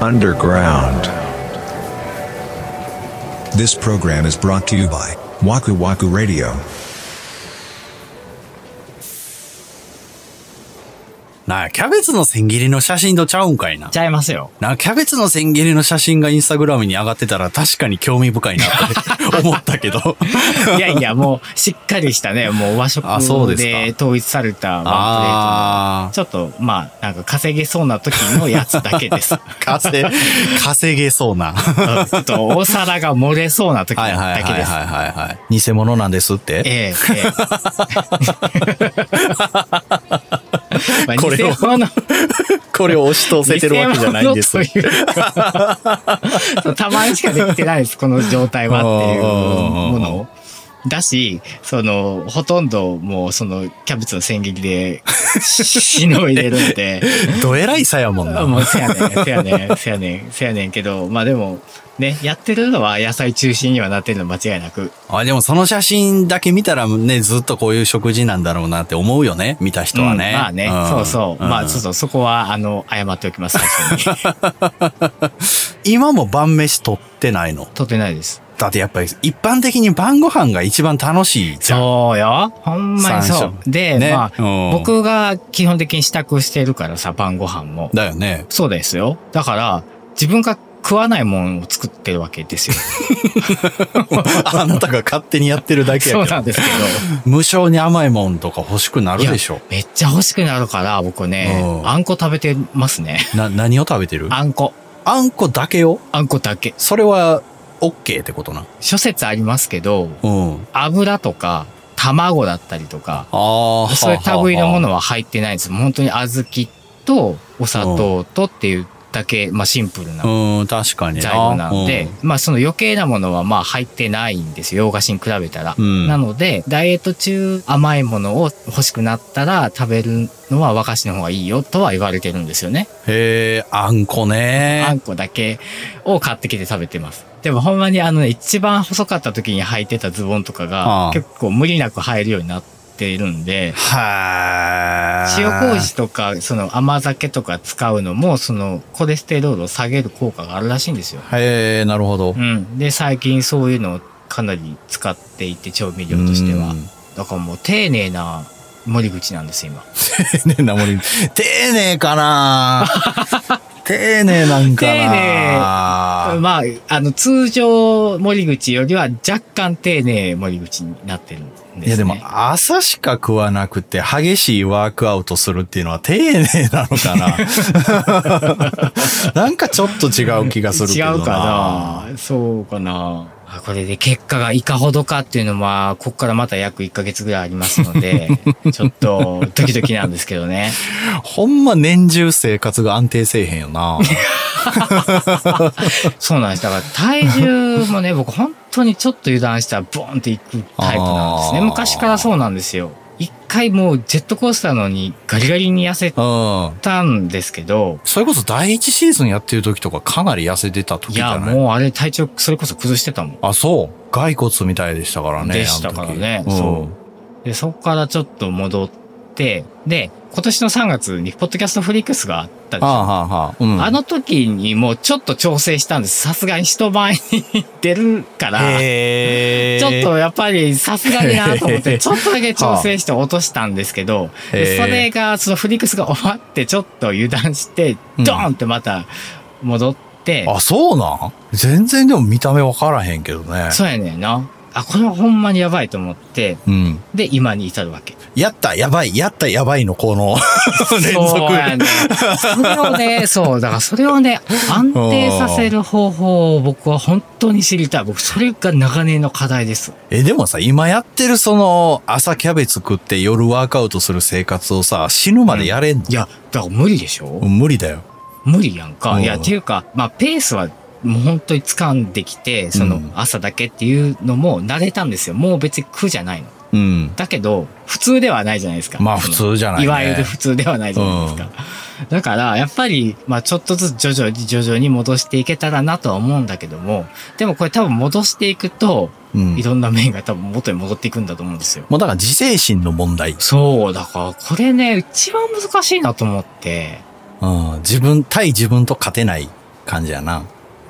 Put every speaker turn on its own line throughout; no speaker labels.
underground.
This program is brought to you by Waku Waku Radio.
なあ、キャベツの千切りの写真とちゃうんかいな。
ちゃいますよ。
なあ、キャベツの千切りの写真がインスタグラムに上がってたら確かに興味深いな って思ったけど。
いやいや、もう、しっかりし たね、もう和食
あそうですか
で統一されたワン
あ
プレートの。ちょっと、まあ、なんか稼げそうな時のやつだけ です。
あ、稼げ、稼げそうな。は
ちょっと、お皿が漏れそうな時
いはいは
だ
い
け
はい
です。
はい はい。偽物なんですって
ええ、え え。まあ、
これを
偽物
これを押し通せてるわけじゃないんです。
偽物というかそうたまにしかできてないです、この状態はっていうものを。だし、その、ほとんどもうその、キャベツの千切りで、しのいでるん で、
どえらいさやもんな。
もうせやねん、せやねん、せやねん、せやねんけど、まあでも、ね、やってるのは野菜中心にはなってるの間違いなく。
あ、でもその写真だけ見たらね、ずっとこういう食事なんだろうなって思うよね。見た人はね。
うんまあね、
ん
そうそう。ま
ん
あ、ちょっとそこは、あの、謝っておきます、最初 に。
今も晩飯取ってないの。
撮ってないです。
だってやっぱり一般的に晩ご飯が一番楽しいじゃん。
そうよ。ほんまにそ
三
う。
食
で、
ね
まあ、
うん
僕が基本的に支度してるからさ、晩ご飯も。
だよね。
そうですよ。だから、自分が食わないもんを作ってるわけで すよ。
あなたが勝手にやってるだけ
そう
やけど
なんですけ ど。
無性に甘いもんとか欲しくなるでしょ。
めっちゃ欲しくなるから、僕ね
う、ん
あんこ食べてますね。
な、何を食べてるあ
あんこ。
んこだけを
あんこだけ。
それは、オッケーってことな。
諸説ありますけど、
うん。
油とか、卵だったりとか、
ああ、
そういう類のもの
は
は入ってないんです。本当に小豆とお砂糖とっていうだけ、まあシンプルな
あはあ。うん、確かに
材料なんで、まあその余計なものはまあ入ってないんですよ。洋菓子に比べたら。
うん
なので、ダイエット中甘いものを欲しくなったら食べるのは和菓子の方がいいよとは言われてるんですよね。
へえ、あんこ
あ
ね
ん。こだけを買ってきて食べてます。でもほんまにあのね、一番細かった時に履いてたズボンとか
あ
が
あ
結構無理なく入るようになっているんで、
は
塩麹とかその甘酒とか使うのもそのコレステロールを下げる効果があるらしいんですよ。
へえ、なるほど
う。ん、で最近そういうのをかなり使っていて調味料としては
うん
だからもう丁寧な盛り口なんです今
丁寧な森。丁寧か な丁寧なんかな
丁
寧
まああの通常盛り口よりは若干丁寧盛り口になってるんです、ね、
いやでも朝しか食わなくて激しいワークアウトするっていうのは丁寧なのかな なんかちょっと違う気がするけどな。
違うかなそうかなあこれで結果がいかほどかっていうのは、ここからまた約1ヶ月ぐらいありますの で、ちょっとドキドキなんですけどね。
ほんま年中生活が安定せえへんよ な。
そうなんです。だから体重も ね、僕本当にちょっと油断したらボーンっていくタイプなんですね。
あー
昔からそうなんですよ。一回もうジェットコースターのにガリガリに痩せ
うん。
たんですけど、
それこそ第一シーズンやってる時とかかなり痩せてた時
い
じ
や、
ゃない
もうあれ体調それこそ崩してたもん。
あ、そう。骸骨みたいでしたからね。
でしたからね
あの時
そで、そこからちょっと戻って、で、今年の3月にポッドキャストフリックスがあったでし
は
ょ。
あはあはあ。うん。
あの時にもうちょっと調整したんです。さすがに人前に出るから。
へー
ちょっとやっぱりさすがになと思 って、ちょっとだけ調整して落としたんですけど、
へ
で
え
それが、そのフリックスが終わって、ちょっと油断して、
うん
ドーンってまた戻って、
あ、そうなん全然でも見た目わからへんけどね。
そうやねんな。あ、これはほんまにやばいと思って、
うん。
で、今に至るわけ。
やった、やばい、やった、やばいの、こ の連
そう
続。
やねん。それを ね、そう、だからそれをね、安定させる方法を僕は本当に知りたい。僕、それが長年の課題です。
え、でもさ、今やってるその、朝キャベツ食って夜ワークアウトする生活をさ、死ぬまでやれんの
い、や、だから無理でしょ
無理だよ。
無理やんか。
うん
いや、っていうか、まあ、ペースは、もう本当に掴んできて、そうの
ん
朝だけっていうのも慣れたんですよ。もう別に苦じゃないの。
うん。
だけど、普通ではないじゃないですか。
まあ
その
普通じゃないね
いわゆる普通ではないじゃないですか。だから、やっぱり、まあちょっとずつ徐々に徐々に戻していけたらなとは思うんだけども、でもこれ多分戻していくと、
うん
い。ろんな面が多分元に戻っていくんだと思うんですよ。
もうだから自制心の問題。
そう、だからこれね、一番難しいなと思って、
うん。自分、対自分と勝てない。感じやな。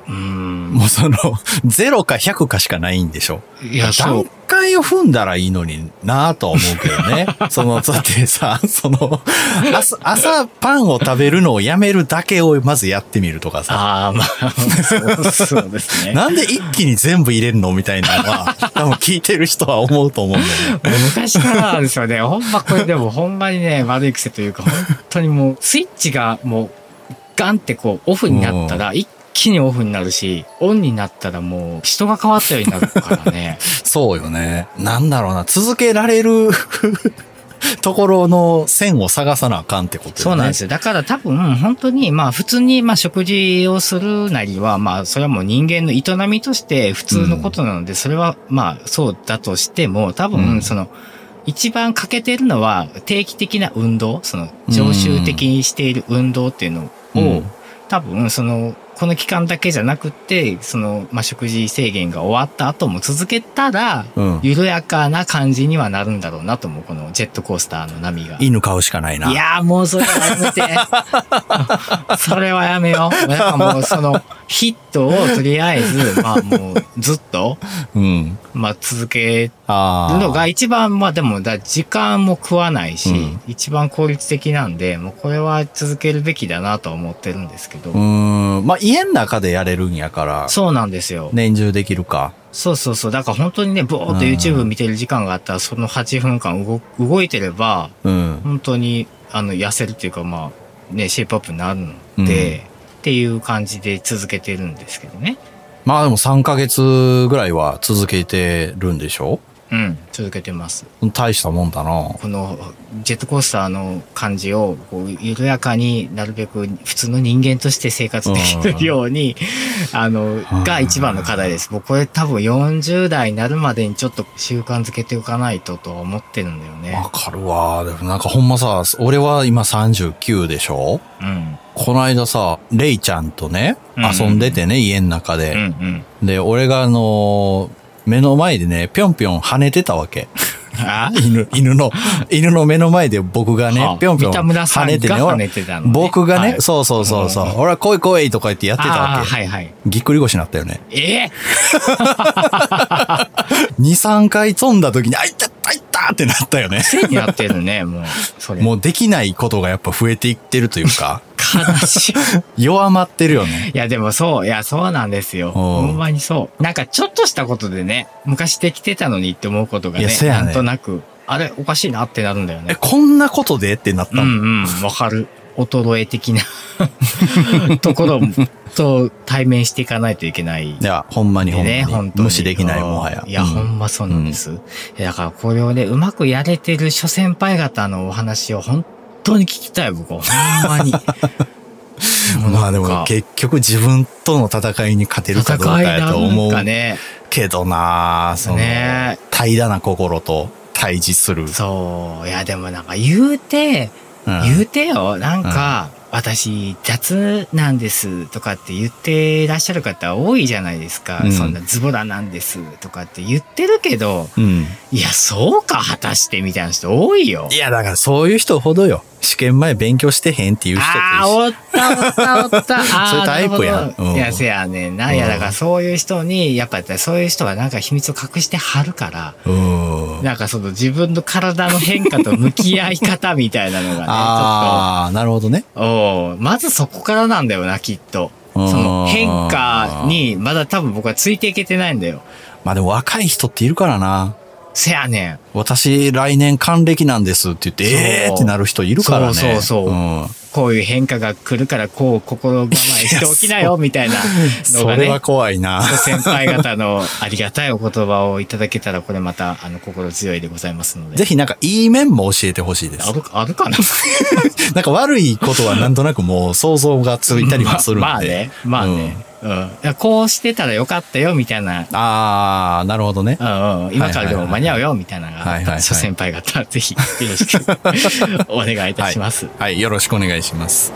うん。
もうその、0か100かしかないんでしょ。
いや、そ
段
う。
階を踏んだらいいのになぁとは思うけど ね。その、だってさ、その、朝、朝パンを食べるのをやめるだけをまずやってみるとかさ。
ああ、まあ、そうそうですね。もう
なんで一気に全部入れるのみたいなの は、多分聞いてる人は思うと思うんだよね。
昔からなんですよね。ほんま、これでもほんまにね、悪い癖というか、本当にもう、スイッチがもう、ガンってこう、オフになったら、一気にオフになるし、オンになったらもう、人が変わったようになるからね。
そうよね。なんだろうな、続けられる ところの線を探さなあかんってことよね。
そうなんですよ。だから多分、本当に、まあ普通に、まあ食事をするなりは、まあそれはもう人間の営みとして普通のことなので、それはまあそうだとしても、
う
多
ん
分、その、一番欠けてるのは定期的な運動、その常習的にしている運動っていうのを、
うん
多分、その、この期間だけじゃなくて、その、まあ、食事制限が終わった後も続けたら、
うん
緩やかな感じにはなるんだろうなと思う、このジェットコースターの波が。
犬買うしかないな。
いやーもうそれはやめて。 それはやめよう。なんかもうそのヒットをとりあ えず、まあもうずっと、
うん。
まあ続ける
ああ。
のが一番、まあでもだ時間も食わないし、
うん
一番効率的なんで、もうこれは続けるべきだなとは思ってるんですけど。
うーん。まあ、家の中でやれるんやから、
そうなんですよ。
年中できるか。
そうそうそう。だから本当にね、ぼーっと YouTube 見てる時間があったら、その8分間動動いてれば、
うん。
本当にあの痩せるっていうかまあねシェイプアップになるので、っていう感じで続けてるんですけどね
まあでも3ヶ月ぐらいは続けてるんでしょ
うん続けてます
大したもんだな。
このジェットコースターの感じをこう緩やかになるべく普通の人間として生活できるようにあのが一番の課題です僕これ多分40代になるまでにちょっと習慣づけておかないととは思ってるんだよね
わかるわ。でもなんかほんまさ、俺は今39でしょ
うん
この間さ、レイちゃんとね、
うん
遊んでてね、家の中
うんう
で。
ん
で、俺があのー目の前でね、ぴょんぴょん跳ねてたわ け。
あ
犬、犬の、犬の目の前で僕が
は
ね
あ、
ぴょんぴょん
三田村さ
跳
んが
ねてね、
跳ねてたのね
僕がね、
はい
そうそうそうそう、
うん
ほら、来い来いとか言ってやってたわ
あー
け。
はいはい
ぎっくり腰になったよね。
ええ
2、3回飛んだ時に、あいったあいったってなったよね。
癖になってるね、もう。それ。
もうできないことがやっぱ増えていってるという か、
悲しい。
弱まってるよね。
いや、でもそう、いや、そうなんですよ。
おう
ほんまにそう。なんか、ちょっとしたことでね、昔できてたのにって思うことが
い
ね、
やせや
な
ね
んとなく、あれ、おかしいなってなるんだよ
え、
ね。
こんなことでってなったの、
うんうん、わかる。衰え的な ところと対面していかないといけない
い。や、ほんまにほんまに。
ね、本当に。
無視できない、もはや。
いや、
うん
ほんまそうなんです。いやだから、これをね、うまくやれてる諸先輩方のお話を本当に聞きたい、僕は。ほんまに。う
まあで
な
も
んか
結局自分との戦いに勝てるかどうかやと思
戦いなん
う
かね。
けどなあその、
ね
平らな心と対峙する。
そう。いや、でもなんか言うて、
うん
言うてよ。なんか、私、雑なんですとかって言ってらっしゃる方多いじゃないですか。
うん
そんなズボラなんですとかって言ってるけど、
うん。
いや、そうか、果たしてみたいな人多いよ
い。や、だからそういう人ほどよ。試験前勉強してへんっていう人と
あ
一
あ、
緒。
おったおった おった。あ
そうい
ー
うタイプやん
なるほど
うん
いや、せやねんな。いや、だからそういう人に、やっぱそういう人はなんか秘密を隠してはるから、
うん。
なんかその自分の体の変化と向き合い方みたいなのが ね、
ああ、なるほどね。
ちょっと、おうまずそこからなんだよな、きっと。そ
うん
の変化に、まだ多分僕はついていけてないんだよ。
まあでも若い人っているからな。
せやねん。
私、来年還暦なんですって言って、
そう
ええーってなる人いるからね。
そうそうそうんこういう変化が来るから、こう心構えしておきなよ、みたいなの
そ
が
れは
ね。
怖いな。
先輩方のありがたいお言葉をいただけたら、これまた、あの、心強いでございますので。
ぜひなんかいい面も教えてほしいです
あ。る、あるかな
なんか悪いことはなんとなくもう想像がついたりもするんで。
まあまあね。まあね。うん。いやこうしてたらよかったよ、みたいな
ああ、なるほどね
う。んうん、今からでも間に合うよみたいなのが
はいはいはい
あった 諸先輩方、ぜひよろしくお願いいたします。
はい、よろしくお願いします。